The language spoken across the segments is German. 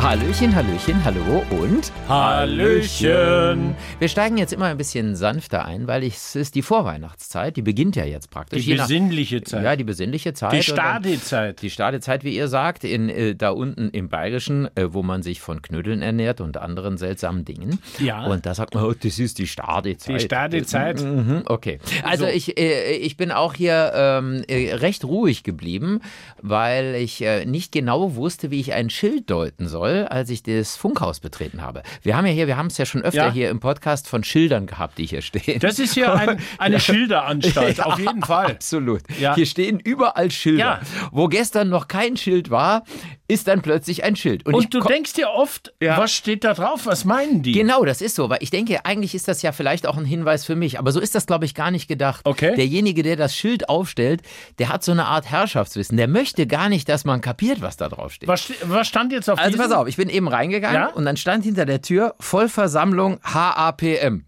Hallöchen, Hallöchen, hallo und Hallöchen. wir steigen jetzt immer ein bisschen sanfter ein, weil ich, es ist die Vorweihnachtszeit, die beginnt ja jetzt praktisch. Die Je nach- besinnliche Zeit. Ja, die besinnliche Zeit. die Und dann- Stadezeit. Die Stadezeit, wie ihr sagt, in, äh, da unten im Bayerischen, äh, wo man sich von Knödeln ernährt und anderen seltsamen Dingen. Ja. Und da sagt man, oh, das ist die Stadezeit. Die Stadezeit. Mhm, okay. Also So. ich, äh, ich bin auch hier ähm, äh, recht ruhig geblieben, weil ich äh, nicht genau wusste, wie ich ein Schild deuten soll, als ich das Funkhaus betreten habe. Wir haben ja hier, wir haben es ja schon öfter Ja. hier im Podcast von Schildern gehabt, die hier stehen. Das ist hier ein, eine Schilderanstalt, auf jeden Fall. Absolut. Ja. Hier stehen überall Schilder. Ja. Wo gestern noch kein Schild war, ist dann plötzlich ein Schild. Und, ich Und du ko- denkst dir oft, was steht da drauf? Was meinen die? Genau, das ist so, weil ich denke, eigentlich ist das ja vielleicht auch ein Hinweis für mich, aber so ist das, glaube ich, gar nicht gedacht. Okay. Derjenige, der das Schild aufstellt, der hat so eine Art Herrschaftswissen. Der möchte gar nicht, dass man kapiert, was da drauf steht. Was, ste- was stand jetzt auf Also diesem? pass auf, ich bin eben reingegangen Ja? und dann stand hinter der Tür Vollversammlung HAPM.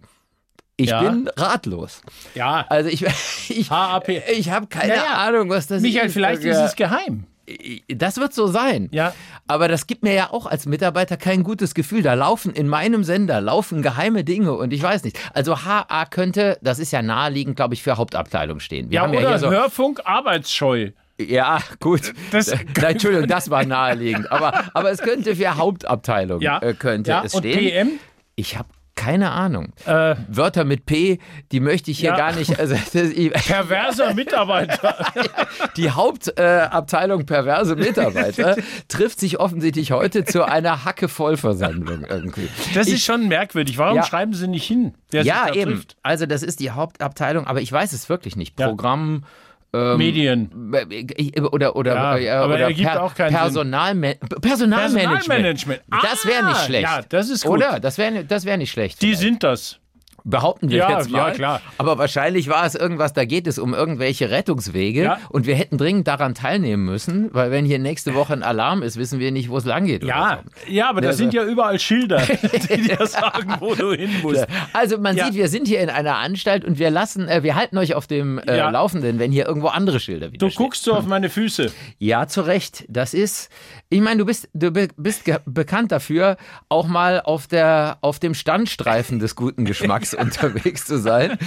Ich Ja. bin ratlos. Ja, Also ich, ich, HAP. ich habe keine Naja, Ahnung, was das Michael, ist. vielleicht ist es geheim. Das wird so sein. Ja. Aber das gibt mir ja auch als Mitarbeiter kein gutes Gefühl. Da laufen in meinem Sender laufen geheime Dinge und ich weiß nicht. Also HA könnte, das ist ja naheliegend, glaube ich, für Hauptabteilung stehen. Wir Ja, haben ja oder hier so. Hörfunk arbeitsscheu. Ja, gut. Das- Äh, nein, Entschuldigung, das war naheliegend. Aber, aber es könnte für Hauptabteilung Ja, äh, könnte ja es und stehen. PM? Ich habe keine Ahnung. Äh, Wörter mit P, die möchte ich hier Ja. gar nicht. Also, das, ich, perverser Mitarbeiter. Die Hauptabteilung äh, Abteilung perverse Mitarbeiter trifft sich offensichtlich heute zu einer Hacke-Vollversammlung irgendwie. Das Ich- ist schon merkwürdig. Warum Ja. schreiben sie nicht hin? wer sich ja, da eben. trifft? Also das ist die Hauptabteilung, aber ich weiß es wirklich nicht. Ja. Programm Medien. äh, oder oder, Ja, äh, aber oder er gibt auch keinen Personalma Personalmanagement. Personalmanagement. Das wäre nicht Ah, schlecht. ja, das ist gut. Oder? Das wäre das wär nicht schlecht. Die sind das. Behaupten wir Ja, jetzt ja, mal. klar. Aber wahrscheinlich war es irgendwas, da geht es um irgendwelche Rettungswege Ja. und wir hätten dringend daran teilnehmen müssen, weil wenn hier nächste Woche ein Alarm ist, wissen wir nicht, wo es lang geht. oder Ja, ja, aber das Also- sind ja überall Schilder, die dir sagen, wo du hin so. musst. Also man Ja. sieht, wir sind hier in einer Anstalt und wir lassen, äh, wir halten euch auf dem äh, Ja. Laufenden, wenn hier irgendwo andere Schilder wieder Du stehen. guckst so auf meine Füße. Ja, zu Recht. Das ist, ich meine, du bist, du be bist ge- bekannt dafür, auch mal auf, der, auf dem Standstreifen des guten Geschmacks unterwegs zu sein.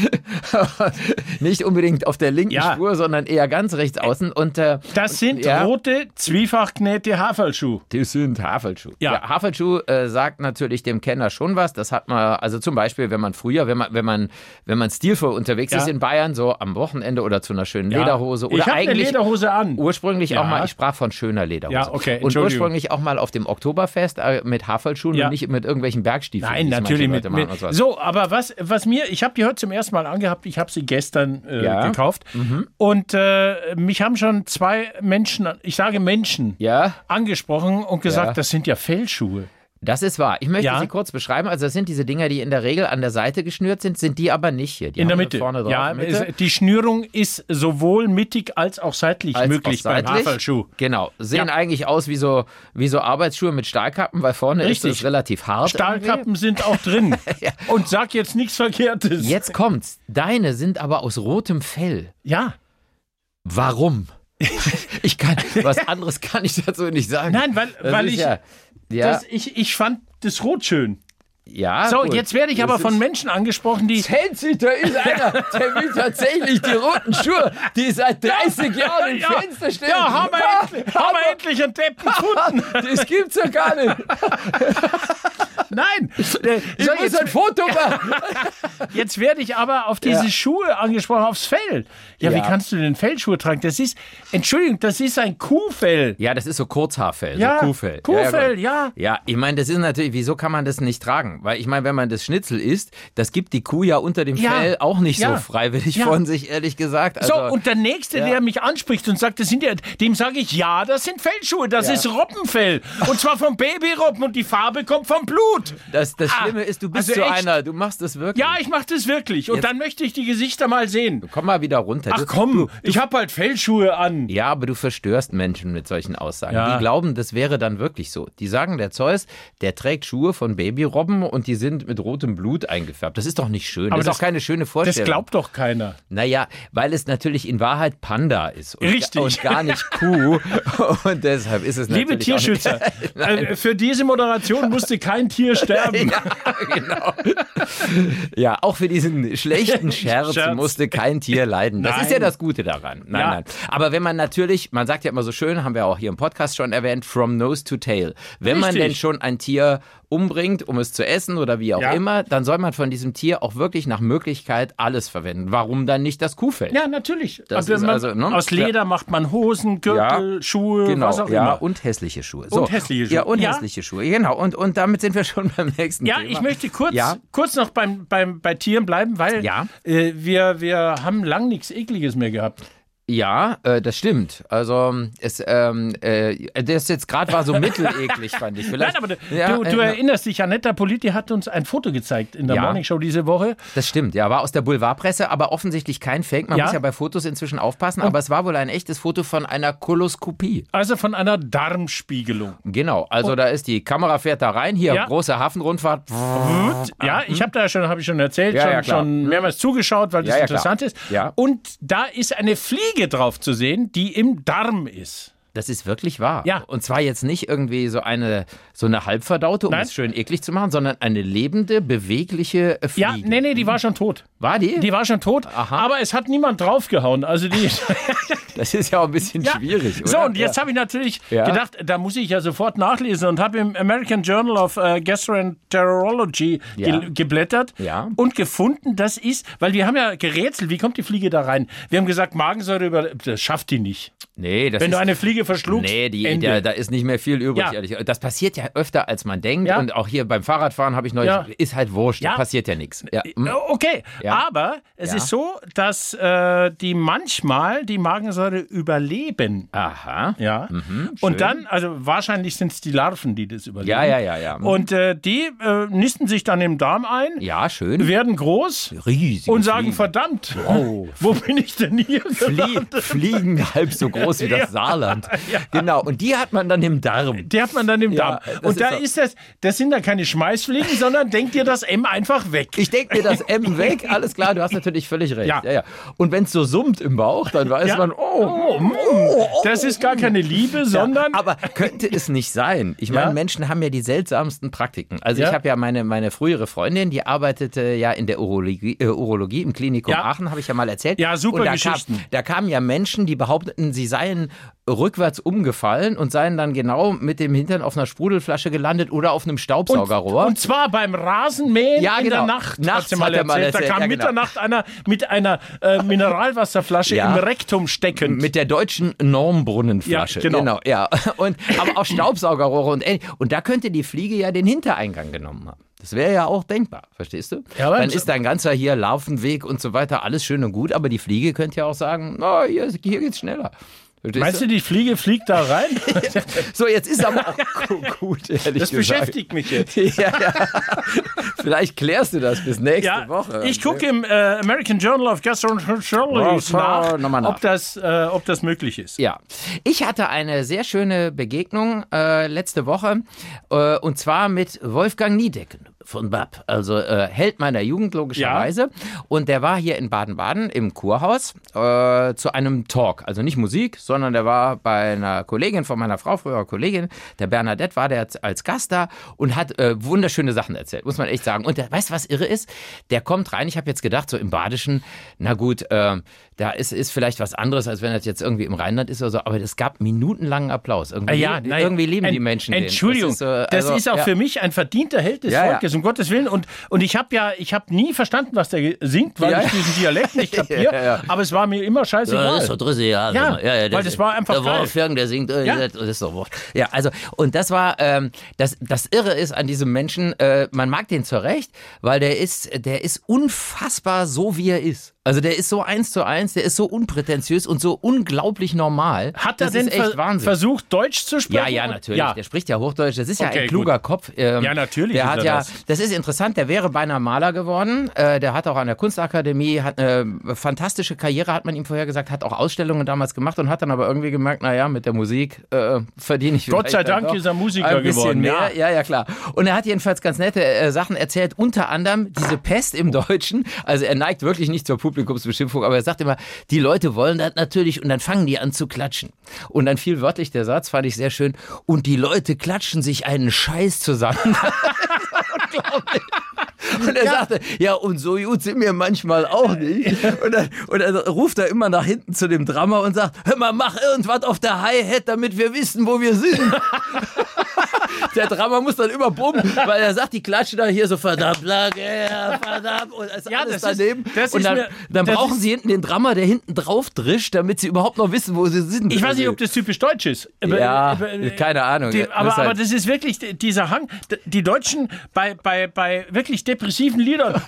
Nicht unbedingt auf der linken Ja. Spur, sondern eher ganz rechts außen. Und äh, Das sind ja. rote, zwiefachknähte Haferlschuh. die sind Haferlschuh. Ja. Haferlschuh äh, sagt natürlich dem Kenner schon was. Das hat man, also zum Beispiel, wenn man früher, wenn man, wenn man, wenn man stilvoll unterwegs Ja. ist in Bayern, so am Wochenende oder zu einer schönen Ja. Lederhose oder ich hab eigentlich. eine Lederhose an. Ursprünglich auch Ja. mal, ich sprach von schöner Lederhose. Ja, okay, Und Entschuldigung. ursprünglich auch mal auf dem Oktoberfest äh, mit Haferlschuhen Ja. und nicht mit irgendwelchen Bergstiefeln. Nein, wie es natürlich mit, manche Leute machen mit. und sowas. So, aber was, was mir, ich habe die heute zum ersten Mal angehabt, ich habe sie gestern äh, Ja. Mhm. gekauft. Und äh, mich haben schon zwei Menschen, ich sage Menschen, Ja, angesprochen und gesagt, Ja. das sind ja Fellschuhe. das ist wahr. Ich möchte Ja. sie kurz beschreiben. Also, das sind diese Dinger, die in der Regel an der Seite geschnürt sind, sind die aber nicht hier. Die In der haben Mitte. Vorne drauf, ja, Mitte. es- die Schnürung ist sowohl mittig als auch seitlich als möglich auch seitlich. beim Haferlschuh. Genau. Sehen Ja. eigentlich aus wie so, wie so Arbeitsschuhe mit Stahlkappen, weil vorne ist Richtig. es relativ hart. irgendwie. Stahlkappen sind auch drin. Und sag jetzt nichts Verkehrtes. Jetzt kommt's. Deine sind aber aus rotem Fell. Ja. Warum? ich kann, was anderes kann ich dazu nicht sagen. Nein, weil, Das weil ist ich, Ja, ja, das, ich. Ich fand das Rot schön. ja So, gut. jetzt werde ich Das aber ist- von Menschen angesprochen, die. Fancy, da ist einer, der will tatsächlich die roten Schuhe, die seit 30 Jahren im Ja, Fenster stehen. ja, haben wir, endlich, haben wir endlich einen Deppen gefunden. Das gibt's ja gar nicht. Nein. Ich So, muss jetzt, ein Foto machen. jetzt werde ich aber auf diese Ja. Schuhe angesprochen, aufs Fell. Ja, Ja. wie kannst du denn Fellschuhe tragen? Das ist, Entschuldigung, das ist ein Kuhfell. Ja, das ist so Kurzhaarfell, Ja, so Kuhfell. Kuhfell, ja. Ja, ich meine, das ist natürlich, wieso kann man das nicht tragen? Weil ich meine, wenn man das Schnitzel isst, das gibt die Kuh ja unter dem Ja, Fell auch nicht so ja, freiwillig ja. von sich, ehrlich gesagt. Also, so, und der Nächste, der mich anspricht und sagt, das sind ja, dem sage ich, ja, das sind Fellschuhe, das ist Robbenfell. Und zwar vom Babyrobben und die Farbe kommt vom Blut. das, das Ah, Schlimme ist, du bist also so echt? einer, du machst das wirklich. Ja, ich mache das wirklich. Und dann möchte ich die Gesichter mal sehen. Komm mal wieder runter. Ach Das- komm, ich habe halt Fellschuhe an. Ja, aber du verstörst Menschen mit solchen Aussagen. Ja. Die glauben, das wäre dann wirklich so. Die sagen, der Zeus, der trägt Schuhe von Babyrobben und die sind mit rotem Blut eingefärbt. Das ist doch nicht schön. das, Aber ist das- doch keine schöne Das Vorstellung. glaubt doch keiner. Naja, weil es natürlich in Wahrheit Panda ist. Und, Richtig. Und gar nicht Kuh. Und deshalb ist es natürlich Liebe Tierschützer, Auch nicht, äh, für diese Moderation musste kein Tier sterben. genau. ja, auch für diesen schlechten Scherz, Scherz. musste kein Tier leiden. Das Nein. ist ja das Gute daran. Nein, Ja. nein. Aber wenn man natürlich, man sagt ja immer so schön, haben wir auch hier im Podcast schon erwähnt, from nose to tail. Wenn man Richtig. denn schon ein Tier umbringt, um es zu essen oder wie auch Ja. immer, dann soll man von diesem Tier auch wirklich nach Möglichkeit alles verwenden. Warum dann nicht das Kuhfell? Ja, natürlich. Das ist man, also, ne? Aus Leder macht man Hosen, Gürtel, Ja, Schuhe, Genau, was auch ja, immer. und hässliche Schuhe. Und hässliche Schuhe. Ja, und Ja. hässliche Schuhe. Genau, und, und damit sind wir schon beim nächsten Ja, Thema. ich möchte kurz, Ja. kurz noch beim, beim, bei Tieren bleiben, weil Ja. äh, wir, wir haben lang nichts Ekliges mehr gehabt. Ja, äh, das stimmt. Also es, ähm, äh, das jetzt gerade war so mitteleklig, fand ich. Vielleicht, Nein, aber du, ja, du, du äh, erinnerst dich, Janetta Politi hat uns ein Foto gezeigt in der Ja. Morning Show diese Woche. das stimmt. Ja, war aus der Boulevardpresse, aber offensichtlich kein Fake. Man Ja. muss ja bei Fotos inzwischen aufpassen. Aber es war wohl ein echtes Foto von einer Koloskopie. Also von einer Darmspiegelung. Genau. Also da ist die Kamera fährt da rein. Hier Ja. große Hafenrundfahrt. Ja, ich habe da schon, habe ich schon erzählt, Ah, hm. Ja, schon, ja, klar. Hm. schon mehrmals zugeschaut, weil das Ja, ja, interessant klar. ist. Ja. Und da ist eine Fliege drauf zu sehen, die im Darm ist. Das ist wirklich wahr. Ja. Und zwar jetzt nicht irgendwie so eine so eine halbverdaute, um Nein. es schön eklig zu machen, sondern eine lebende, bewegliche äh, Ja, Fliege. nee, nee, die war schon tot. War die? Die war schon tot, Aha. aber es hat niemand draufgehauen. Also die Das ist ja auch ein bisschen Ja. schwierig. Oder? So, und jetzt habe ich natürlich Ja. gedacht, da muss ich ja sofort nachlesen und habe im American Journal of äh, Gastroenterology Ja. ge geblättert Ja. und gefunden, das ist, weil wir haben ja gerätselt, wie kommt die Fliege da rein? Wir haben gesagt, Magensäure, über, das schafft die nicht. Nee, das Wenn ist du eine Fliege verschlugst, Nee, die, Ende. der, da ist nicht mehr viel übrig, Ja. ehrlich. Das passiert ja öfter, als man denkt. Ja. Und auch hier beim Fahrradfahren habe ich neulich, Ja. ist halt wurscht, da Ja. passiert ja nichts. Ja. Äh, Okay, Ja. aber es Ja. ist so, dass äh, die manchmal die Magensäure überleben. Aha. Ja. und dann, also wahrscheinlich sind es die Larven, die das Mhm, überleben. Ja, ja, ja, ja. Mhm. Und äh, die äh, nisten sich dann im Darm ein, Ja, schön. werden groß Riesig. und sagen, verdammt, wo bin ich denn hier? gelandet? Flie Fliegen halb so groß wie das Ja. Saarland. Genau. Und die hat man dann im Darm. Die hat man dann im Ja, Darm. das Und ist da doch- ist das, das sind dann keine Schmeißfliegen, sondern denkt dir das M einfach weg. Ich denke mir das M weg, alles klar, du hast natürlich völlig recht. Ja. Ja, ja. Und wenn es so summt im Bauch, dann weiß Ja. man, oh, mm, das ist gar keine Liebe, sondern. Ja, aber könnte es nicht sein? Ich meine, Ja? Menschen haben ja die seltsamsten Praktiken. Also Ja. ich habe ja meine, meine frühere Freundin, die arbeitete ja in der Urologie, äh, Urologie im Klinikum Ja. Aachen, habe ich ja mal erzählt. Ja, super und da Geschichten. Kam, da kamen ja Menschen, die behaupteten, sie seien rückwärts umgefallen und seien dann genau mit dem Hintern auf einer Sprudelflasche gelandet oder auf einem Staubsaugerrohr. Und zwar beim Rasenmähen Ja, in der genau. Nacht. Nachts hat sie mal hat er erzählt. mal erzählt, Da kam ja, genau. Mitternacht einer mit einer äh, Mineralwasserflasche Ja. im Rektum steckend. mit der deutschen Normbrunnenflasche. Ja, genau. ja. Und, aber auch Staubsaugerrohre und ähnlich. Und da könnte die Fliege ja den Hintereingang genommen haben. Das wäre ja auch denkbar, verstehst du? Ja, aber- Dann ist dein ganzer hier Laufenweg und so weiter alles schön und gut, aber die Fliege könnte ja auch sagen, na, hier, hier geht's schneller. Verstehst Weißt du, die Fliege fliegt da rein. So, jetzt ist aber auch gu- gut, ehrlich Das gesagt. beschäftigt mich jetzt. Ja, ja. Vielleicht klärst du das bis nächste Ja, Woche. ich gucke im äh, American Journal of Oh, Gastroenterology schau nach, noch mal nach. Ob, das, äh, ob das möglich ist. Ja, ich hatte eine sehr schöne Begegnung äh, letzte Woche äh, und zwar mit Wolfgang Niedecken von BAP, also äh, Held meiner Jugend logischerweise. Und der war hier in Baden-Baden im Kurhaus äh, zu einem Talk, also nicht Musik, sondern der war bei einer Kollegin von meiner Frau, früherer Kollegin, der Bernadette war der als- als Gast da und hat äh, wunderschöne Sachen erzählt, muss man echt sagen. Und der, weißt du, was irre ist? Der kommt rein, ich habe jetzt gedacht, so im Badischen, na gut, äh, da ist, ist vielleicht was anderes, als wenn das jetzt irgendwie im Rheinland ist oder so, aber es gab minutenlangen Applaus. Irgendwie, Ah nein. irgendwie lieben die Ent- Menschen Entschuldigung, den. äh, das also, ist auch ja. für mich ein verdienter Held des Ja, ja. Volkes, um Gottes Willen. Und, und ich habe ja, ich habe nie verstanden, was der ge- singt, weil Ja, ich ja. diesen Dialekt nicht kapiere. Ja, ja. Aber es war mir immer Ja, scheißegal. das ist doch Drissi, ja. Ja, sag mal. ja, weil das war einfach Der geil. Wolfgang, der singt, äh, Ja. das ist doch wurscht. Ja, also, und das war, ähm, das, das Irre ist an diesem Menschen, äh, man mag den zurecht, weil der ist, der ist unfassbar so, wie er ist. Also der ist so eins zu eins, der ist so unprätentiös und so unglaublich normal. Hat er das denn ist echt ver Wahnsinn. versucht, Deutsch zu sprechen? Ja, ja, Und- natürlich. Ja. Der spricht ja Hochdeutsch. Das ist ja Okay, ein kluger gut. Kopf. Ähm, Ja, natürlich Der ist hat er ja, das. das ist interessant. Der wäre beinahe Maler geworden. Äh, der hat auch an der Kunstakademie hat eine fantastische Karriere, hat man ihm vorher gesagt, hat auch Ausstellungen damals gemacht und hat dann aber irgendwie gemerkt, naja, mit der Musik äh, verdiene ich Gott sei vielleicht dann Dank doch ist er Musiker ein bisschen geworden, Mehr. ja. ja, ja, klar. Und er hat jedenfalls ganz nette äh, Sachen erzählt, unter anderem diese Pest im Deutschen. Also er neigt wirklich nicht zur Publikumsbeschimpfung, aber er sagt immer, die Leute wollen das natürlich und dann fangen die an zu klatschen. Und dann fiel wörtlich der Satz, fand ich sehr schön, und die Leute klatschen sich einen Scheiß zusammen. Und er sagte, ja, und so gut sind wir manchmal auch nicht. Und dann, und dann ruft er immer nach hinten zu dem Drummer und sagt, hör mal, mach irgendwas auf der Hi-Hat, damit wir wissen, wo wir sind. der Drummer muss dann immer bummen, weil er sagt, die klatschen da hier so verdammt lange, verdammt, und ist Ja, alles das ist- daneben. das und ist dann, mir- dann das brauchen ist- sie hinten den Drummer, der hinten drauf drischt, damit sie überhaupt noch wissen, wo sie sind. Ich weiß nicht, ob das typisch deutsch ist. Aber- Also Ja, aber- keine Ahnung. Die, Das aber, ist halt- aber das ist wirklich d- dieser Hang. D- Die Deutschen bei, bei, bei wirklich depressiven Liedern.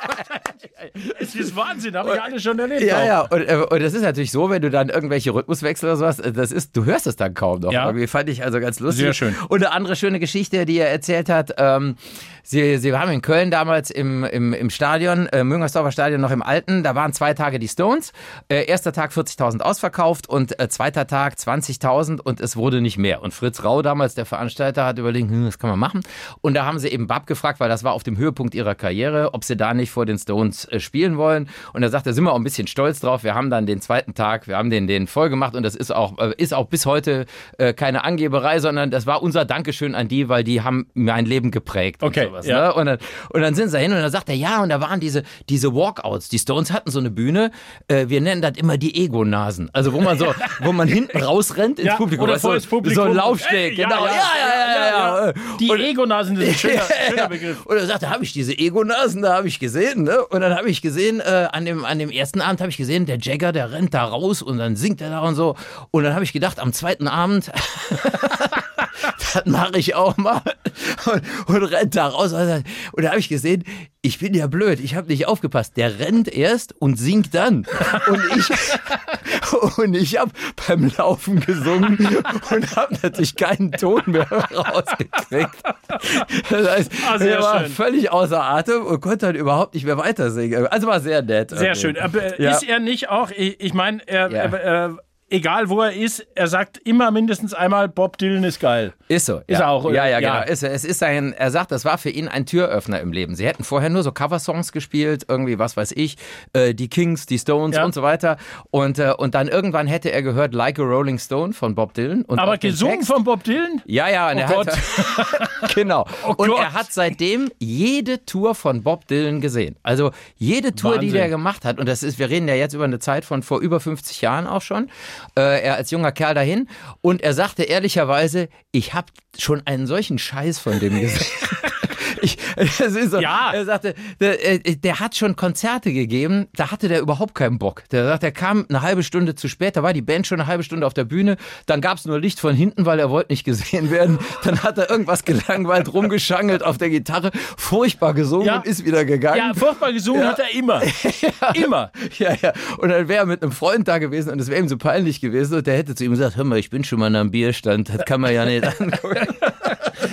es ist Wahnsinn, habe ich alles schon erlebt. Ja, auch. ja, und, äh, und das ist natürlich so, wenn du dann irgendwelche Rhythmuswechsel oder sowas, äh, das ist, du hörst es dann kaum noch. Ja. Irgendwie fand ich also ganz lustig. Sehr schön. Und eine andere schöne Geschichte, die er erzählt hat, ähm, sie, sie waren in Köln damals im, im, im Stadion, äh, Müngersdorfer Stadion noch im Alten, da waren zwei Tage die Stones, äh, erster Tag 40.000 ausverkauft und äh, zweiter Tag 20.000 und es wurde nicht mehr. Und Fritz Rau damals, der Veranstalter, hat überlegt, hm, was kann man machen? Und da haben sie eben Bab gefragt, weil das war auf dem Höhepunkt ihrer Karriere, ob sie da nicht vor den Stones äh, spielen wollen. Und da sagt er, sind wir auch ein bisschen stolz drauf. Wir haben dann den zweiten Tag, wir haben den, den voll gemacht und das ist auch, äh, ist auch bis heute äh, keine Angeberei, sondern das war unser Dankeschön an die, weil die haben mein Leben geprägt Okay, und sowas. ja. Ne? Und, dann, und dann sind sie hin und dann sagt er, ja, und da waren diese, diese Walkouts. Die Stones hatten so eine Bühne, äh, wir nennen das immer die Ego-Nasen. Also wo man so, wo man hinten rausrennt ins Ja, Publikum. oder weißt du, vor das Publikum. So ein Laufsteg, Ey, ja, genau. ja, ja, ja. Die Und- Ego-Nasen sind ein schöner, schöner Begriff. und er sagte, habe ich diese Ego-Nasen, da habe ich gesehen. Ne? Und dann habe ich gesehen, äh, an, dem, an dem ersten Abend habe ich gesehen, der Jagger, der rennt da raus und dann singt er da und so. Und dann habe ich gedacht, am zweiten Abend, das mache ich auch mal. Und, und rennt da raus. Und dann, und dann habe ich gesehen, ich bin ja blöd, ich habe nicht aufgepasst. Der rennt erst und singt dann. Und ich... Und ich habe beim Laufen gesungen und habe natürlich keinen Ton mehr rausgekriegt. Das heißt, Ah, sehr er war schön. völlig außer Atem und konnte dann überhaupt nicht mehr weiter singen. Also war sehr nett. Sehr irgendwie. schön. Aber äh, Ja. Ist er nicht auch, ich, ich meine, er, Ja. er, äh, egal wo er ist, er sagt immer mindestens einmal, Bob Dylan ist geil. Ist so. ja. er auch, oder? Ja, ja, genau. Ja. Ist er. Es ist ein, er sagt, das war für ihn ein Türöffner im Leben. Sie hätten vorher nur so Coversongs gespielt, irgendwie, was weiß ich, äh, die Kings, die Stones Ja. und so weiter. Und, äh, und dann irgendwann hätte er gehört Like a Rolling Stone von Bob Dylan. Und Aber auch den gesungen Text. von Bob Dylan? Ja, ja, und Oh er hat, Gott. Oh genau. und Gott. er hat seitdem jede Tour von Bob Dylan gesehen. Also jede Tour, die Wahnsinn. der gemacht hat. Und das ist, wir reden ja jetzt über eine Zeit von vor über 50 Jahren auch schon. Äh, er als junger Kerl dahin. Und er sagte ehrlicherweise, ich habe schon einen solchen Scheiß von dem gesehen. Ich, es ist so, Ja. Er sagte, der, äh, der hat schon Konzerte gegeben, da hatte der überhaupt keinen Bock. Der sagt, er kam eine halbe Stunde zu spät, da war die Band schon eine halbe Stunde auf der Bühne, dann gab es nur Licht von hinten, weil er wollte nicht gesehen werden. Dann hat er irgendwas gelangweilt rumgeschangelt auf der Gitarre, furchtbar gesungen Ja. und ist wieder gegangen. Ja, furchtbar gesungen hat er immer. Immer. Ja, ja. Und dann wäre er mit einem Freund da gewesen und es wäre ihm so peinlich gewesen und der hätte zu ihm gesagt, hör mal, ich bin schon mal am Bierstand, das kann man ja nicht angucken.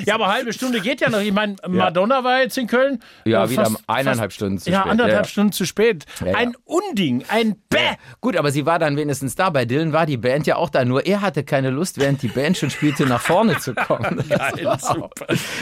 Ja, aber halbe Stunde geht ja noch. Ich meine, Madonna war jetzt in Köln. Ja, Äh, wieder am- eineinhalb Stunden zu ja, spät. Anderthalb Ja, ja. Stunden zu spät. ja. Ein Unding, ein Bäh. Gut, aber sie war dann wenigstens da. Bei Dylan war die Band ja auch da. Nur er hatte keine Lust, während die Band schon spielte, nach vorne zu kommen. Das war auch-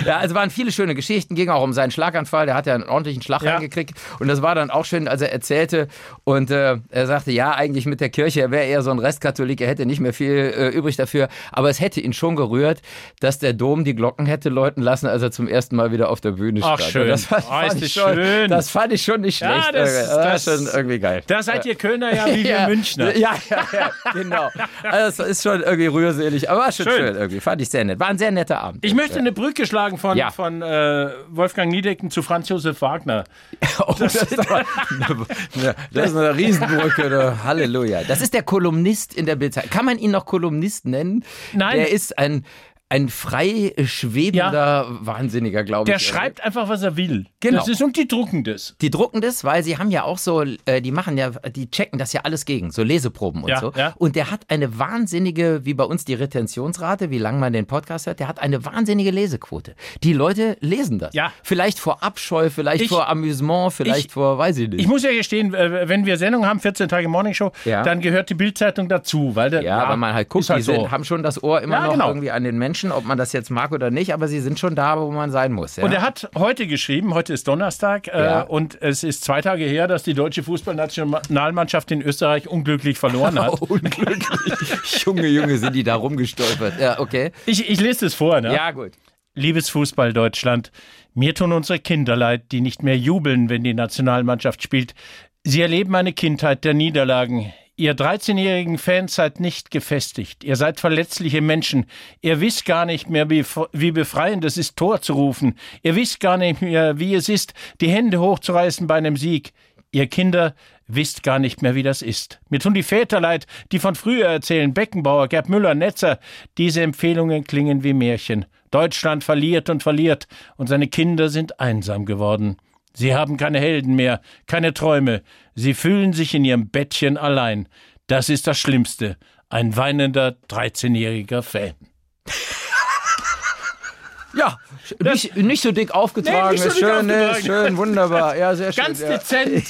Ja, also waren viele schöne Geschichten. Ging auch um seinen Schlaganfall. Der hat ja einen ordentlichen Schlag Ja. reingekriegt. Und das war dann auch schön, als er erzählte. Und äh, er sagte, ja, eigentlich mit der Kirche, er wäre eher so ein Restkatholik. Er hätte nicht mehr viel äh, übrig dafür. Aber es hätte ihn schon gerührt, dass der Dom die Glocken hätte läuten lassen, als er zum ersten Mal wieder auf der Bühne Ach, stand. Und schön. Das fand, Ah, fand ist ich das schon, schön. Das fand ich schon nicht Ja, schlecht. das- irgendwie. das, das- ist schon irgendwie geil. Da seid ihr Kölner ja wie wir Münchner. Ja, ja, ja, genau. Also das ist schon irgendwie rührselig, aber war schon schön. Schön. irgendwie. Fand ich sehr nett. War ein sehr netter Abend. Ich möchte eine Brücke schlagen von, Ja. von äh, Wolfgang Niedecken zu Franz Josef Wagner. oh, das, ist aber eine, eine, das ist eine Riesenbrücke. du. Halleluja. Das ist der Kolumnist in der Bildzeit. Kann man ihn noch Kolumnist nennen? Nein. Der ist ein ein frei schwebender Wahnsinniger, glaube Der ich. schreibt einfach, was er will. Genau. Das ist, und die drucken das. Die drucken das, weil sie haben ja auch so, äh, die machen ja, die checken das ja alles gegen, so Leseproben und Ja, so. ja. Und der hat eine wahnsinnige, wie bei uns die Retentionsrate, wie lange man den Podcast hört, der hat eine wahnsinnige Lesequote. Die Leute lesen das. Ja. Vielleicht vor Abscheu, vielleicht Ich- vor Amüsement, vielleicht ich- vor, weiß ich nicht. Ich muss ja gestehen, äh, wenn wir Sendung haben, 14 Tage Morningshow, Ja. dann gehört die Bildzeitung dazu, weil der, ja, weil man halt guckt, ist halt die sind, so. haben schon das Ohr immer Ja, noch genau. irgendwie an den Menschen, ob man das jetzt mag oder nicht, aber sie sind schon da, wo man sein muss. Ja? Und er hat heute geschrieben, heute ist Donnerstag, Ja. äh, und es ist zwei Tage her, dass die deutsche Fußballnationalmannschaft in Österreich unglücklich verloren hat. Unglücklich. Junge, Junge, sind die da rumgestolpert. Ja, okay. Ich, ich lese das vor, ne? Ja, gut. Liebes Fußball-Deutschland, mir tun unsere Kinder leid, die nicht mehr jubeln, wenn die Nationalmannschaft spielt. Sie erleben eine Kindheit der Niederlagen. Ihr 13-jährigen Fans seid nicht gefestigt. Ihr seid verletzliche Menschen. Ihr wisst gar nicht mehr, wie, f- wie befreiend es ist, Tor zu rufen. Ihr wisst gar nicht mehr, wie es ist, die Hände hochzureißen bei einem Sieg. Ihr Kinder wisst gar nicht mehr, wie das ist. Mir tun die Väter leid, die von früher erzählen, Beckenbauer, Gerd Müller, Netzer. Diese Empfehlungen klingen wie Märchen. Deutschland verliert und verliert und seine Kinder sind einsam geworden. Sie haben keine Helden mehr, keine Träume. Sie fühlen sich in ihrem Bettchen allein. Das ist das Schlimmste. Ein weinender 13-jähriger Fan. Ja, nicht, nicht so dick aufgetragen, Nee, nicht so ist dick schön, aufgetragen. ist schön, wunderbar. Ja, sehr schön. Ganz ja. dezent.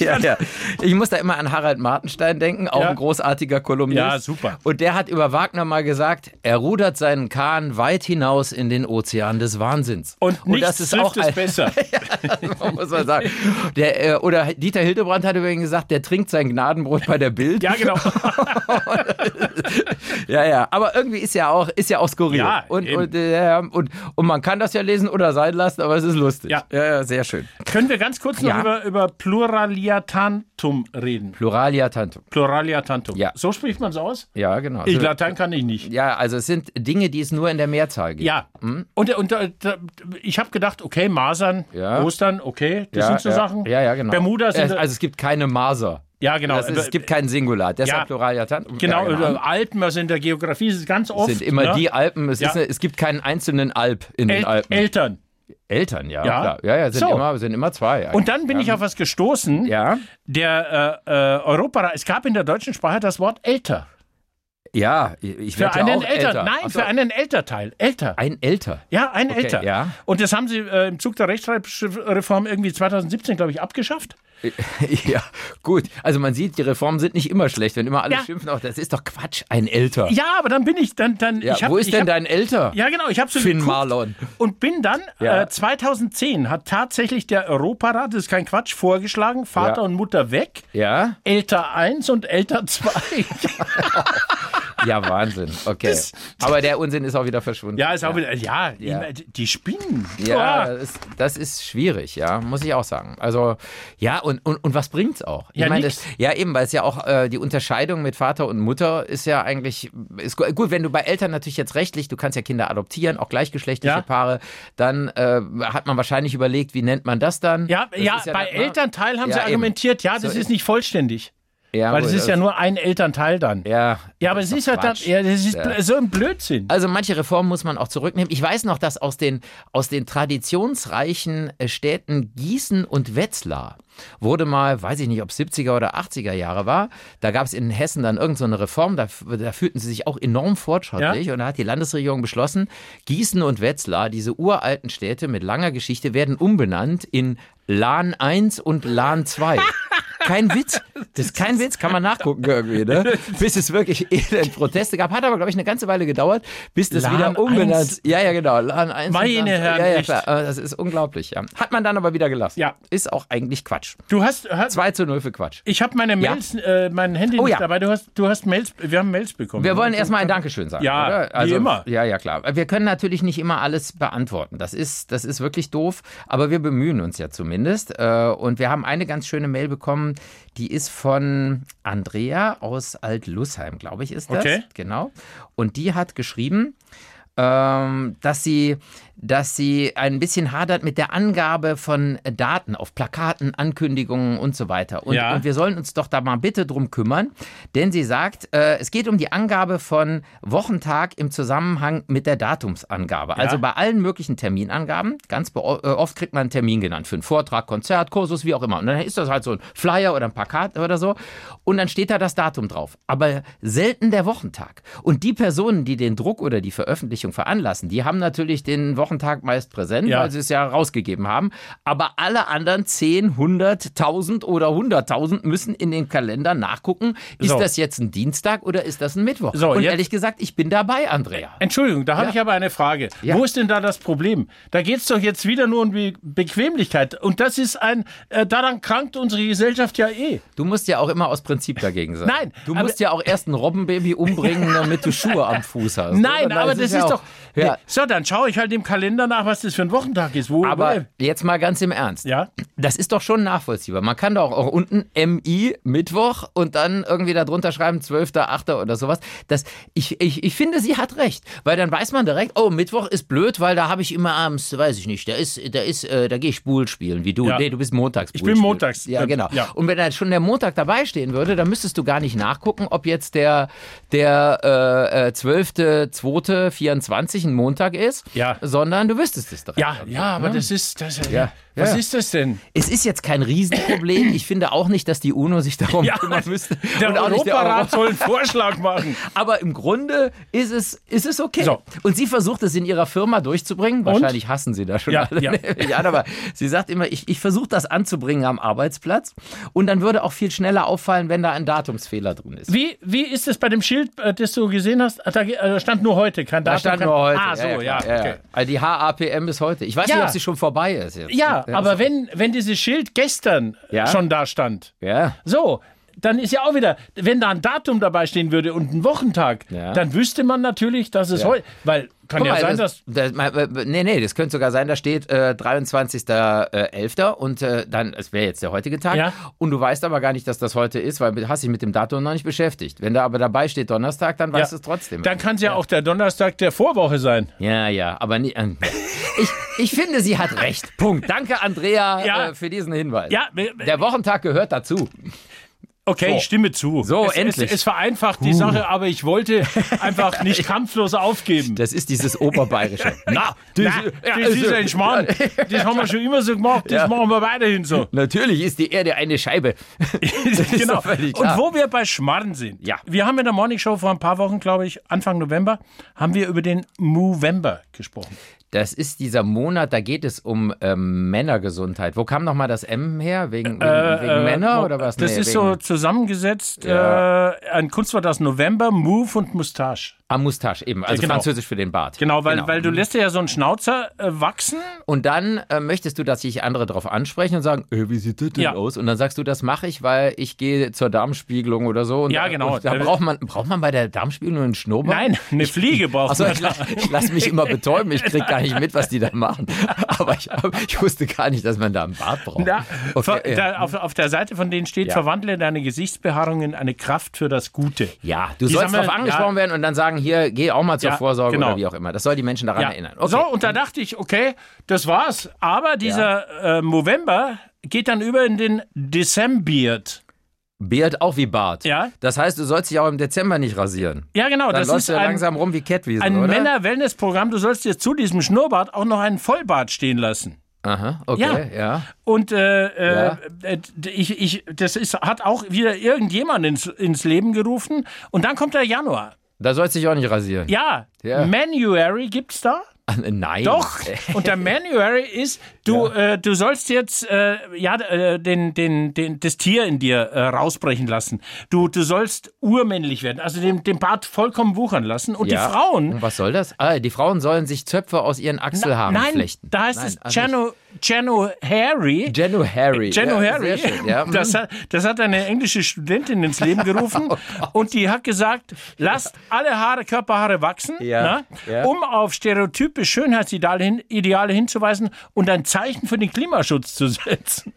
Ja, ja. Ich muss da immer an Harald Martenstein denken, auch Ja. ein großartiger Kolumnist. Ja, super. Und der hat über Wagner mal gesagt, er rudert seinen Kahn weit hinaus in den Ozean des Wahnsinns. Und nichts Oh, das ist trifft auch es ein, besser. muss man sagen. Der, äh, oder Dieter Hildebrand hat über ihn gesagt, der trinkt sein Gnadenbrot bei der Bild. Ja, genau. Ja, ja, aber irgendwie ist ja auch, ist ja auch skurril. Ja, und, eben. und, äh, ja, und, und man kann das ja lesen oder sein lassen, aber es ist lustig. Ja. ja, ja sehr schön. Können wir ganz kurz noch Ja. über, über Pluraliatantum reden? Pluralia tantum. Pluraliatantum. Ja. So spricht man es aus? Ja, genau. Ich, So- Latein kann ich nicht. ja, Hm? also es sind Dinge, die es nur in der Mehrzahl gibt. Ja, und, und äh, da- ich habe gedacht, okay, Masern, Ja. Ostern, okay, das ja, sind so ja, Sachen. Ja, ja, genau. Bermuda sind, es, also es gibt keine Maser. ja genau, Also es gibt kein Singular, deshalb Ja. Pluralia tantum. genau, ja, äh, Alpen, also in der Geografie ist es ganz oft. sind immer ne? die Alpen. Es, Ja. ist eine, es gibt keinen einzelnen Alp in den El Alpen. Eltern. Eltern, ja, Ja. klar. Ja, ja, sind, So. immer, sind immer zwei. Und dann bin ich auf was gestoßen, ja, der äh, äh, Europa, es gab in der deutschen Sprache das Wort älter. ja, ich Für werde einen auch Eltern, älter. nein, Ach so, für einen Elterteil, älter. ein Älter. Ja, ein Okay, älter. ja. Und das haben sie äh, im Zug der Rechtschreibreform irgendwie 2017, glaube ich, abgeschafft. Ja, gut. Also man sieht, die Reformen sind nicht immer schlecht, wenn immer alle Ja. schimpfen, auch das ist doch Quatsch, ein Älter. Ja, aber dann bin ich, dann, dann, Ja, ich hab, wo ist ich denn hab, dein Älter? Ja, genau, ich habe so Finn geguckt Marlon. und bin dann Ja. äh, 2010 hat tatsächlich der Europarat, das ist kein Quatsch, vorgeschlagen, Vater Ja. und Mutter weg, Ja? Elter 1 und Elter 2. Ja, Wahnsinn. Okay. Das- Aber der Unsinn ist auch wieder verschwunden. ja, ist auch wieder ja, Ja. die- die spinnen. Ja, Boah. das ist, das ist schwierig, ja, muss ich auch sagen. Also, ja, und, und, und was bringt's auch? Ich Ja, meine, nix. das, ja, eben, weil es ja auch äh, die Unterscheidung mit Vater und Mutter ist ja eigentlich, ist gu- gut, wenn du bei Eltern natürlich jetzt rechtlich, du kannst ja Kinder adoptieren, auch gleichgeschlechtliche Ja. Paare, dann äh, hat man wahrscheinlich überlegt, wie nennt man das dann? Ja, Das ja, ist bei dann- Elternteil haben Ja, sie eben. argumentiert, ja, das So ist ist- nicht vollständig, ja, weil gut, es ist ja nur ein Elternteil dann. Ja, Ja, aber es doch ist halt dann, Quatsch. ja, das ist Ja. bl- so ein Blödsinn. Also manche Reformen muss man auch zurücknehmen. Ich weiß noch, dass aus den, aus den traditionsreichen äh, Städten Gießen und Wetzlar wurde mal, weiß ich nicht, ob 70er oder 80er Jahre war, da gab es in Hessen dann irgendeine so eine Reform, da, f- da fühlten sie sich auch enorm fortschrittlich und da hat die Landesregierung beschlossen, Gießen und Wetzlar, diese uralten Städte mit langer Geschichte, werden umbenannt in Lahn 1 und Lahn 2. Kein Witz. Das ist kein Witz, kann man nachgucken irgendwie, ne? Bis es wirklich elend Proteste gab. Hat aber, glaube ich, eine ganze Weile gedauert, bis das LAN wieder umbenannt. 1. Ja, ja, genau. LAN 1. und Meine LAN Herren, Ja, ja, echt. klar. Aber Das ist unglaublich, ja. Hat man dann aber wieder gelassen. Ja. Ist auch eigentlich Quatsch. Du hast, hast 2 zu 0 für Quatsch. ich habe meine Ja. Mails, äh, mein Handy Oh nicht ja. dabei. Du hast, du hast Mails, wir haben Mails bekommen. Wir wollen erstmal ein Dankeschön sagen. Ja, oder? Also, wie immer. Ja, ja, klar. Wir können natürlich nicht immer alles beantworten. Das ist, das ist wirklich doof, aber wir bemühen uns ja zumindest. Äh, Und wir haben eine ganz schöne Mail bekommen, die ist von Andrea aus Alt-Lussheim, glaube ich, ist das. Okay. Genau. Und die hat geschrieben, ähm, dass sie dass sie ein bisschen hadert mit der Angabe von Daten auf Plakaten, Ankündigungen und so weiter. Und, Ja. und wir sollen uns doch da mal bitte drum kümmern, denn sie sagt, äh, es geht um die Angabe von Wochentag im Zusammenhang mit der Datumsangabe. Also bei allen möglichen Terminangaben, ganz be- äh, oft kriegt man einen Termin genannt für einen Vortrag, Konzert, Kursus, wie auch immer. Und dann ist das halt so ein Flyer oder ein Plakat oder so. Und dann steht da das Datum drauf. Aber selten der Wochentag. Und die Personen, die den Druck oder die Veröffentlichung veranlassen, die haben natürlich den Wochentag meist präsent, Ja. weil sie es ja rausgegeben haben. Aber alle anderen 10, 100, 1000 oder 100.000 müssen in den Kalender nachgucken, ist So. das jetzt ein Dienstag oder ist das ein Mittwoch? So, Und jetzt- ehrlich gesagt, ich bin dabei, Andrea. Entschuldigung, da habe ich aber eine Frage. Ja. Wo ist denn da das Problem? Da geht es doch jetzt wieder nur um Be Bequemlichkeit. Und das ist ein, äh, daran krankt unsere Gesellschaft ja eh. Du musst ja auch immer aus Prinzip dagegen sein. Nein, Du aber- musst ja auch erst ein Robbenbaby umbringen, damit du Schuhe am Fuß hast. Nein, oder? aber Es das ist, ja doch. auch- Ja, So, dann schaue ich halt im Kalender nach, was das für ein Wochentag ist. Wo, aber jetzt mal ganz im Ernst. ja, Das ist doch schon nachvollziehbar. Man kann doch auch unten MI Mittwoch und dann irgendwie darunter schreiben 12.8. oder sowas. Das, ich, ich, ich finde, sie hat recht, weil dann weiß man direkt, oh, Mittwoch ist blöd, weil da habe ich immer abends, weiß ich nicht, da ist, da ist, äh, da gehe ich Buhl spielen, wie du. Ja. Nee, du bist montags Ich bin montags. Ja, Ähm, genau. ja. Und wenn da schon der Montag dabei stehen würde, dann müsstest du gar nicht nachgucken, ob jetzt der, der äh, äh, 12.2.24 ein Montag ist, Ja. sondern du wüsstest es direkt. ja, ja, aber das ist. Das, Ja. Was Ja. ist das denn? Es ist jetzt kein Riesenproblem. Ich finde auch nicht, dass die UNO sich darum kümmern müsste. Der Und auch nicht der Europarat Euro- soll einen Vorschlag machen. Aber im Grunde ist es, ist es okay. So. Und sie versucht es in ihrer Firma durchzubringen. Wahrscheinlich hassen sie da schon Ja, alle. ja. nämlich an, aber sie sagt immer, ich, ich versuche das anzubringen am Arbeitsplatz. Und dann würde auch viel schneller auffallen, wenn da ein Datumsfehler drin ist. Wie, wie ist es bei dem Schild, äh, das du gesehen hast? Da ge- äh, stand nur heute, kein Da Datum. stand kein- nur heute. Ah, so, ja. klar. okay. Also die HAPM ist heute. Ich weiß Ja. nicht, ob sie schon vorbei ist jetzt. Ja, aber wenn, wenn dieses Schild gestern Ja. schon da stand, Ja. so, dann ist ja auch wieder, wenn da ein Datum dabei stehen würde und ein Wochentag, Ja. dann wüsste man natürlich, dass es Ja. heute, weil kann Guck ja mal, sein, das, das, dass. mein- nee, nee, das könnte sogar sein, da steht äh, 23.11. und äh, dann, es wäre jetzt der heutige Tag. Ja. Und du weißt aber gar nicht, dass das heute ist, weil du hast dich mit dem Datum noch nicht beschäftigt. Wenn da aber dabei steht Donnerstag, dann weißt du es trotzdem. Dann kann es ja, auch der Donnerstag der Vorwoche sein. ja, ja, aber nie, ähm, ich, ich finde, sie hat recht. Punkt. Danke, Andrea, Ja. äh, für diesen Hinweis. Ja, wir- Der Wochentag gehört dazu. okay, So. ich stimme zu. So, es, endlich. Es, es vereinfacht die Sache, aber ich wollte einfach nicht kampflos aufgeben. Das ist dieses Oberbayerische. Na, das, also- Na, das ist ein Schmarrn. Das haben wir schon immer so gemacht, das Ja. machen wir weiterhin so. Natürlich ist die Erde eine Scheibe. Das ist genau. doch völlig Und klar. wo wir bei Schmarren sind. Ja. Wir haben in der Morning Show vor ein paar Wochen, glaube ich, Anfang November, haben wir über den Movember gesprochen. Das ist dieser Monat, da geht es um ähm, Männergesundheit. Wo kam nochmal das M her? Wegen, wegen, wegen Männer oder was? Äh, Das Nee, ist wegen, so zusammengesetzt, Ja. äh, ein Kunstwort aus November, Move und Moustache. Ah, Moustache eben, also genau. französisch für den Bart. Genau, weil, weil du Mhm. lässt dir ja so einen Schnauzer äh, wachsen. Und dann äh, möchtest du, dass sich andere darauf ansprechen und sagen, äh, wie sieht das denn Ja. aus? Und dann sagst du, das mache ich, weil ich gehe zur Darmspiegelung oder so. Und, Ja, genau. Und da braucht man, braucht man bei der Darmspiegelung einen Schnurrbart? Nein, eine Fliege braucht Achso, man. ich, la- ich lasse mich immer betäuben, ich krieg gar nicht mit, was die da machen. Aber ich, ich wusste gar nicht, dass man da einen Bart braucht. Ja, Okay, Ver- da, auf, auf der Seite von denen steht, Ja. verwandle deine Gesichtsbehaarung in eine Kraft für das Gute. Ja, du Die sollst sammeln- darauf angesprochen ja. werden und dann sagen, hier, geh auch mal zur Ja, Vorsorge genau. oder wie auch immer. Das soll die Menschen daran Ja. erinnern. Okay. So, und da dachte ich, okay, das war's. Aber dieser äh, Movember geht dann über in den Decembeard. Beard auch wie Bart. Ja. Das heißt, du sollst dich auch im Dezember nicht rasieren. Ja, genau, Dann das läufst ist du ja ein, langsam rum wie Kettwiesen, ein oder? Männer-Wellness-Programm. Du sollst dir zu diesem Schnurrbart auch noch einen Vollbart stehen lassen. Aha, okay, Ja. ja. Und äh, äh, Ja. äh, d- ich, ich, das ist, hat auch wieder irgendjemand ins, ins Leben gerufen. Und dann kommt der Januar. Da sollst du dich auch nicht rasieren. Ja, Ja. Manuary gibt's da. Nein. Doch. Und der Manuary ist, du, äh, du sollst jetzt äh, ja, äh, den, den, den, das Tier in dir äh, rausbrechen lassen. Du, du sollst urmännlich werden, also den, den Bart vollkommen wuchern lassen. Und Ja. die Frauen. Und was soll das? Ah, die Frauen sollen sich Zöpfe aus ihren Achselhaaren Nein, flechten. da heißt Nein, es also Jano, Jano Harry. January. January. Ja, sehr schön. Ja, das, mhm. Oh hat, das hat eine englische Studentin ins Leben gerufen und die hat gesagt, lasst alle Haare, Körperhaare wachsen, Ja, na, ja. um auf stereotype Schönheitsideale hin, Ideale hinzuweisen und ein Zeichen für den Klimaschutz zu setzen.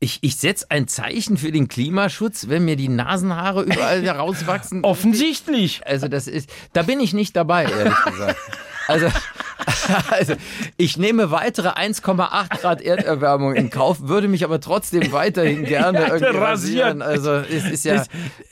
ich ich setze ein Zeichen für den Klimaschutz, wenn mir die Nasenhaare überall herauswachsen. Offensichtlich. Also das ist, da bin ich nicht dabei, ehrlich gesagt. Also, also ich nehme weitere 1,8 Grad Erderwärmung in Kauf, würde mich aber trotzdem weiterhin gerne Ja, irgendwie rasieren. rasieren. Also es ist ja,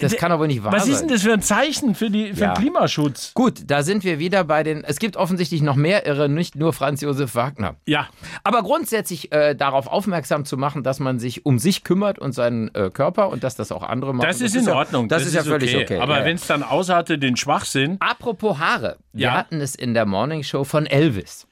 das kann aber nicht wahr Was sein. ist denn das für ein Zeichen für, die, für Ja. den Klimaschutz? Gut, da sind wir wieder bei den. Es gibt offensichtlich noch mehr Irre, nicht nur Franz Josef Wagner. Ja. Aber grundsätzlich äh, darauf aufmerksam zu machen, dass man sich um sich kümmert und seinen äh, Körper und dass das auch andere machen. Das, ist in ja, Ordnung. Das, ist, ja völlig okay. Aber ja, ja. wenn es dann ausartet den Schwachsinn, Apropos Haare. Wir Ja. hatten es in der Morning Show von Elvis.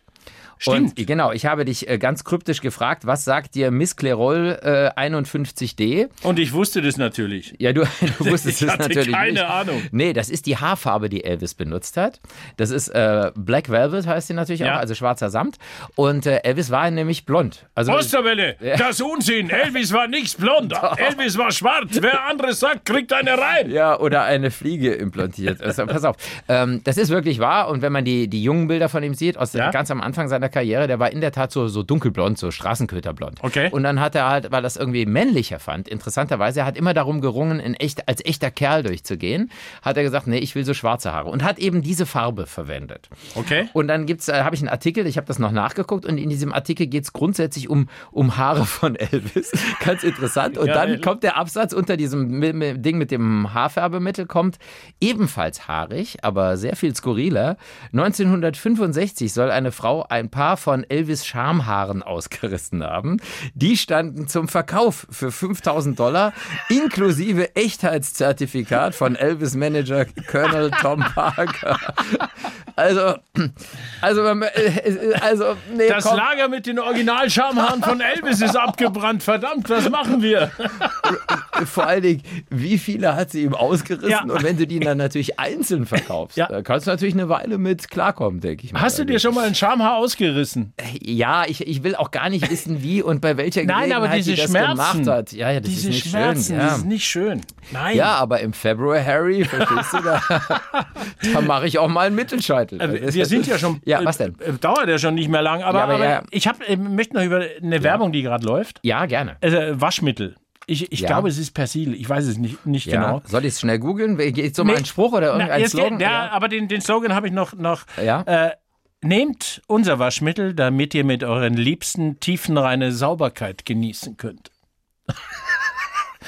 Stimmt. Und, genau, ich habe dich äh, ganz kryptisch gefragt, was sagt dir Miss Clerol äh, 51D? und ich wusste das natürlich. Ja, du, du wusstest Ich es hatte natürlich keine nicht. Ahnung. Nee, das ist die Haarfarbe, die Elvis benutzt hat. Das ist äh, Black Velvet heißt sie natürlich Ja. auch, also schwarzer Samt. Und äh, Elvis war nämlich blond. Also Osterwelle, das Unsinn. Elvis war nicht blond. Elvis war schwarz. Wer anderes sagt, kriegt eine rein. Ja, oder eine Fliege implantiert. Also, pass auf. Ähm, das ist wirklich wahr. Und wenn man die, die jungen Bilder von ihm sieht, aus Ja. ganz am Anfang seiner Karriere, der war in der Tat so, so dunkelblond, so Straßenköterblond. Okay. Und dann hat er halt, weil er das irgendwie männlicher fand, interessanterweise, er hat immer darum gerungen, in echt, als echter Kerl durchzugehen, hat er gesagt, nee, ich will so schwarze Haare. Und hat eben diese Farbe verwendet. Okay. Und dann gibt's, äh, habe ich einen Artikel, ich habe das noch nachgeguckt und in diesem Artikel geht's grundsätzlich um, um Haare von Elvis. Ganz interessant. Und Geil. dann kommt der Absatz unter diesem Mi- Mi- Ding mit dem Haarfärbemittel, kommt ebenfalls haarig, aber sehr viel skurriler. 1965 soll eine Frau ein Paar von Elvis Schamhaaren ausgerissen haben. Die standen zum Verkauf für 5000 Dollar inklusive Echtheitszertifikat von Elvis Manager Colonel Tom Parker. Also, also, man- äh, also, nee, Das komm, Lager mit den Originalschamhaaren von Elvis ist abgebrannt. Verdammt, was machen wir? vor allen Dingen, wie viele hat sie ihm ausgerissen? Ja. Und wenn du die dann natürlich einzeln verkaufst, Ja. da kannst du natürlich eine Weile mit klarkommen, denke ich mal. Also, Hast du dir schon mal ein Schamhaar ausgerissen? Ja, ich, ich will auch gar nicht wissen, wie und bei welcher Nein, Gelegenheit aber diese die das Schmerzen, gemacht hat. Ja, ja, das diese ist nicht Schmerzen, schön. das Ja. ist nicht schön. Nein. ja, aber im Februar, Harry, verstehst du, da, da mache ich auch mal einen Mittelscheitel. Äh, Wir sind ja schon. Ja, was denn? äh, Dauert ja schon nicht mehr lang. Aber, Ja, aber, aber ja. ich hab, äh, möchte noch über eine Werbung, die gerade läuft. Ja, gerne. Also äh, Waschmittel. Ich, ich Ja. glaube, es ist Persil. Ich weiß es nicht, nicht Ja. genau. Soll ich es schnell googeln? Geht es um Nee. einen Spruch oder Na, irgendeinen jetzt geht- Slogan? ja, aber den, den Slogan habe ich noch. noch Ja. äh, nehmt unser Waschmittel, damit ihr mit euren Liebsten tiefenreine Sauberkeit genießen könnt.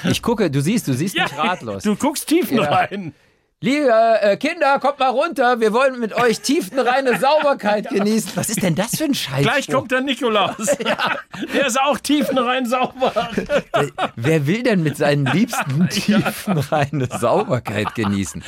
Ich gucke, du siehst, du siehst mich ratlos. Du guckst tiefenrein. Liebe äh, Kinder, kommt mal runter. Wir wollen mit euch tiefenreine Sauberkeit genießen. Was ist denn das für ein Scheiß? Oh, Gleich kommt der Nikolaus. Der ist auch tiefenrein sauber. Wer will denn mit seinen Liebsten tiefenreine Sauberkeit genießen?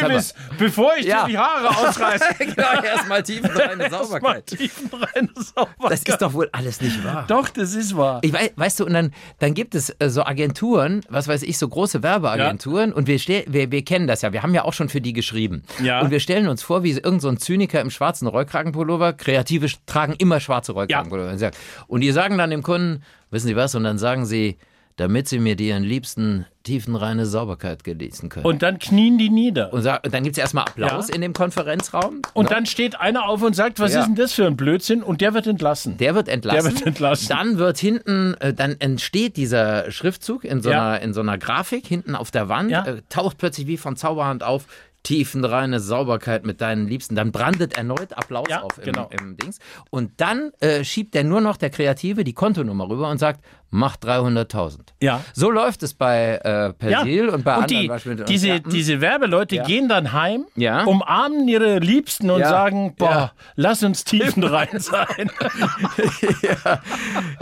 Elvis, bevor ich Ja. dir die Haare ausreiße, genau, erstmal tiefenreine mal Sauberkeit. tiefenrein sauber. Das ist doch wohl alles nicht wahr. doch, das ist wahr. Ich weiß, weißt du, und dann, dann gibt es äh, so Agenturen, was weiß ich, so große Werbeagenturen und wir, stell, wir, wir kennen das ja, wir haben ja auch schon für die geschrieben. Ja. Und wir stellen uns vor, wie irgendein so ein Zyniker im schwarzen Rollkragenpullover, Kreative sch- tragen immer schwarze Rollkragenpullover. Und sie sagen- Und die sagen dann dem Kunden, wissen Sie was, und dann sagen sie, damit Sie mir die ihren liebsten tiefenreine Sauberkeit genießen können. Und dann knien die nieder. Und, sa- und dann gibt es erstmal Applaus Ja. in dem Konferenzraum. Und dann steht einer auf und sagt, was Ja. ist denn das für ein Blödsinn? Und der wird entlassen. Der wird entlassen. Der wird entlassen. Dann wird hinten, äh, dann entsteht dieser Schriftzug in so, Ja. einer, in so einer Grafik hinten auf der Wand, Ja. äh, taucht plötzlich wie von Zauberhand auf. Tiefenreine Sauberkeit mit deinen Liebsten. Dann brandet erneut Applaus Ja, auf im, genau. im Dings. Und dann äh, schiebt der nur noch der Kreative die Kontonummer rüber und sagt, mach 300.000. Ja. So läuft es bei äh, Persil und bei anderen die, Waschmitteln. diese, und, Jacken. diese Werbeleute gehen dann heim, Ja. umarmen ihre Liebsten und Ja. sagen, boah, Ja. lass uns tiefenrein sein.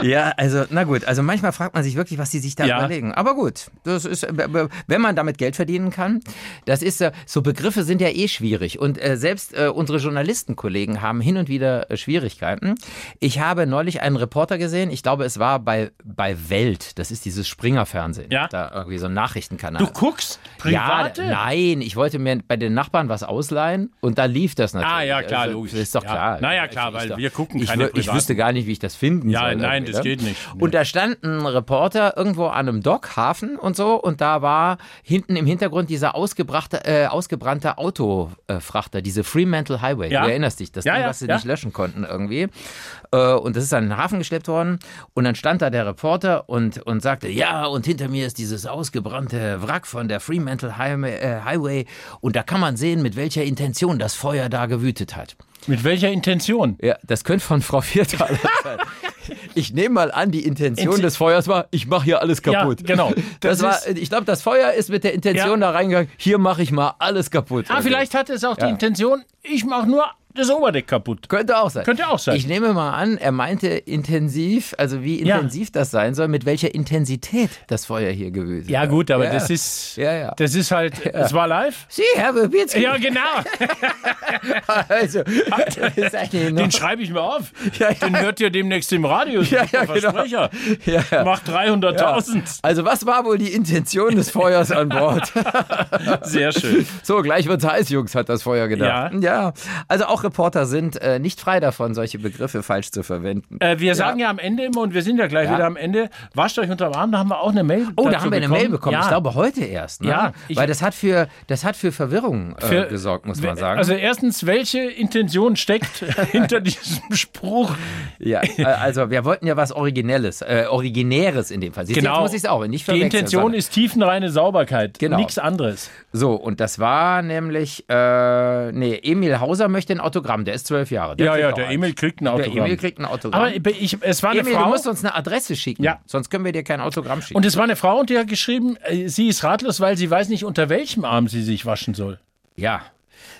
Ja, also, na gut, also manchmal fragt man sich wirklich, was die sich da Ja. überlegen. Aber gut, das ist, äh, b- wenn man damit Geld verdienen kann, das ist, äh, so Begriffe sind ja eh schwierig. Und äh, selbst äh, unsere Journalistenkollegen haben hin und wieder äh, Schwierigkeiten. Ich habe neulich einen Reporter gesehen, ich glaube, es war bei, bei Welt, das ist dieses Springer-Fernsehen, Ja. da irgendwie so ein Nachrichtenkanal. Du guckst private? Ja, nein, ich wollte mir bei den Nachbarn was ausleihen und da lief das natürlich. Ah, ja, klar, Also, logisch. Ist doch Ja. klar. Na ja, klar, Also, ist weil doch- wir gucken ich, keine wü- Ich privaten. wüsste gar nicht, wie ich das finden Ja, soll. nein, irgendwie, das ne? geht nicht. Nee. Und da stand ein Reporter irgendwo an einem Dockhafen und so und da war hinten im Hintergrund dieser ausgebrachte, äh, ausgebrannte Autofrachter, diese Fremantle Highway. Ja. Du erinnerst dich, das Ja, Ding, ja, was sie ja. nicht löschen konnten irgendwie. Äh, und das ist an den Hafen geschleppt worden und dann stand da der Reporter und, und sagte, ja, und hinter mir ist dieses ausgebrannte Wrack von der Fremantle Highway, äh, Highway und da kann man sehen, mit welcher Intention das Feuer da gewütet hat. Mit welcher Intention? Ja, das könnte von Frau Viertaler sein. Ich nehme mal an, die Intention Inti- des Feuers war, ich mache hier alles Ja, kaputt. genau. Das, Das war, ich glaube, das Feuer ist mit der Intention da reingegangen, hier mache ich mal alles kaputt. Ah, Also, vielleicht hatte es auch Ja. die Intention, ich mache nur das Oberdeck kaputt. Könnte auch sein. Könnte auch sein. Ich nehme mal an, er meinte intensiv, also wie Ja. intensiv das sein soll, mit welcher Intensität das Feuer hier gewesen Ja, war. gut, aber Ja. das ist. Ja, ja. Das ist halt. Es war live. Sie, Herr Bebirski, Ja, genau. also, das ist eine Den enorme- schreibe ich mir auf. Ja, ja. Den hört ihr demnächst im Radio. Ja, ja, genau. Versprecher. ja, ja. Macht 300.000. Also was war wohl die Intention des Feuers an Bord? Sehr schön. So, gleich wird's heiß, Jungs, hat das Feuer gedacht. Ja. Ja. Also auch Reporter sind äh, nicht frei davon, solche Begriffe falsch zu verwenden. Äh, wir sagen ja am Ende immer, und wir sind ja gleich Ja. wieder am Ende, wascht euch unterm Arm, da haben wir auch eine Mail Oh, da dazu haben wir eine Mail bekommen. Ja. Ich glaube heute erst. Ne? Ja, ich- Weil das hat für, das hat für Verwirrung äh, Für- gesorgt, muss man sagen. Also erstens, welche Intention steckt hinter diesem Spruch? ja, äh, also wir wollten ja was Originelles, äh, Originäres in dem Fall. Siehst du, Jetzt muss ich es auch nicht Genau. Die verwechseln. Intention sondern- ist tiefenreine Sauberkeit. Genau. Nichts anderes. So, und das war nämlich, äh, nee, Emil Hauser möchte ein Autogramm, der ist zwölf Jahre. ja, kriegt ja, auch der eins. Emil kriegt ein Der Autogramm. Emil kriegt ein Autogramm. Aber ich, es war eine Emil, du Frau. musst uns eine Adresse schicken, Ja. sonst können wir dir kein Autogramm schicken. Und es war eine Frau und die hat geschrieben, äh, sie ist ratlos, weil sie weiß nicht, unter welchem Arm sie sich waschen soll. ja.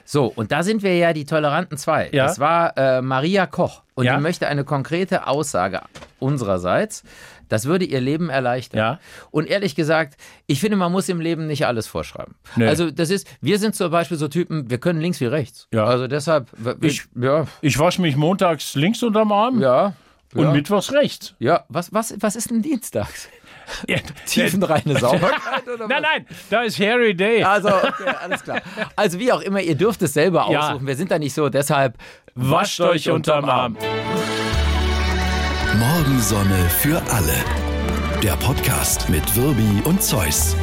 So, und da sind wir ja die toleranten zwei. Ja. Das war äh, Maria Koch. Und Ja. die möchte eine konkrete Aussage unsererseits. Das würde ihr Leben erleichtern. Ja. Und ehrlich gesagt, ich finde, man muss im Leben nicht alles vorschreiben. Nee. Also, das ist, wir sind zum Beispiel so Typen, wir können links wie rechts. Ja. Also, deshalb, w- Ich- ja, Ich wasche mich montags links unterm Arm ja. und ja. mittwochs rechts. Ja, was, was, was ist denn dienstags? Tiefenreine Sauberkeit oder Nein, nein, da ist Harry Day. Also, okay, alles klar. Also, wie auch immer, ihr dürft es selber Ja. aussuchen. Wir sind da nicht so, deshalb Wascht euch unterm Arm. Morgensonne für alle. Der Podcast mit Wirbi und Zeus.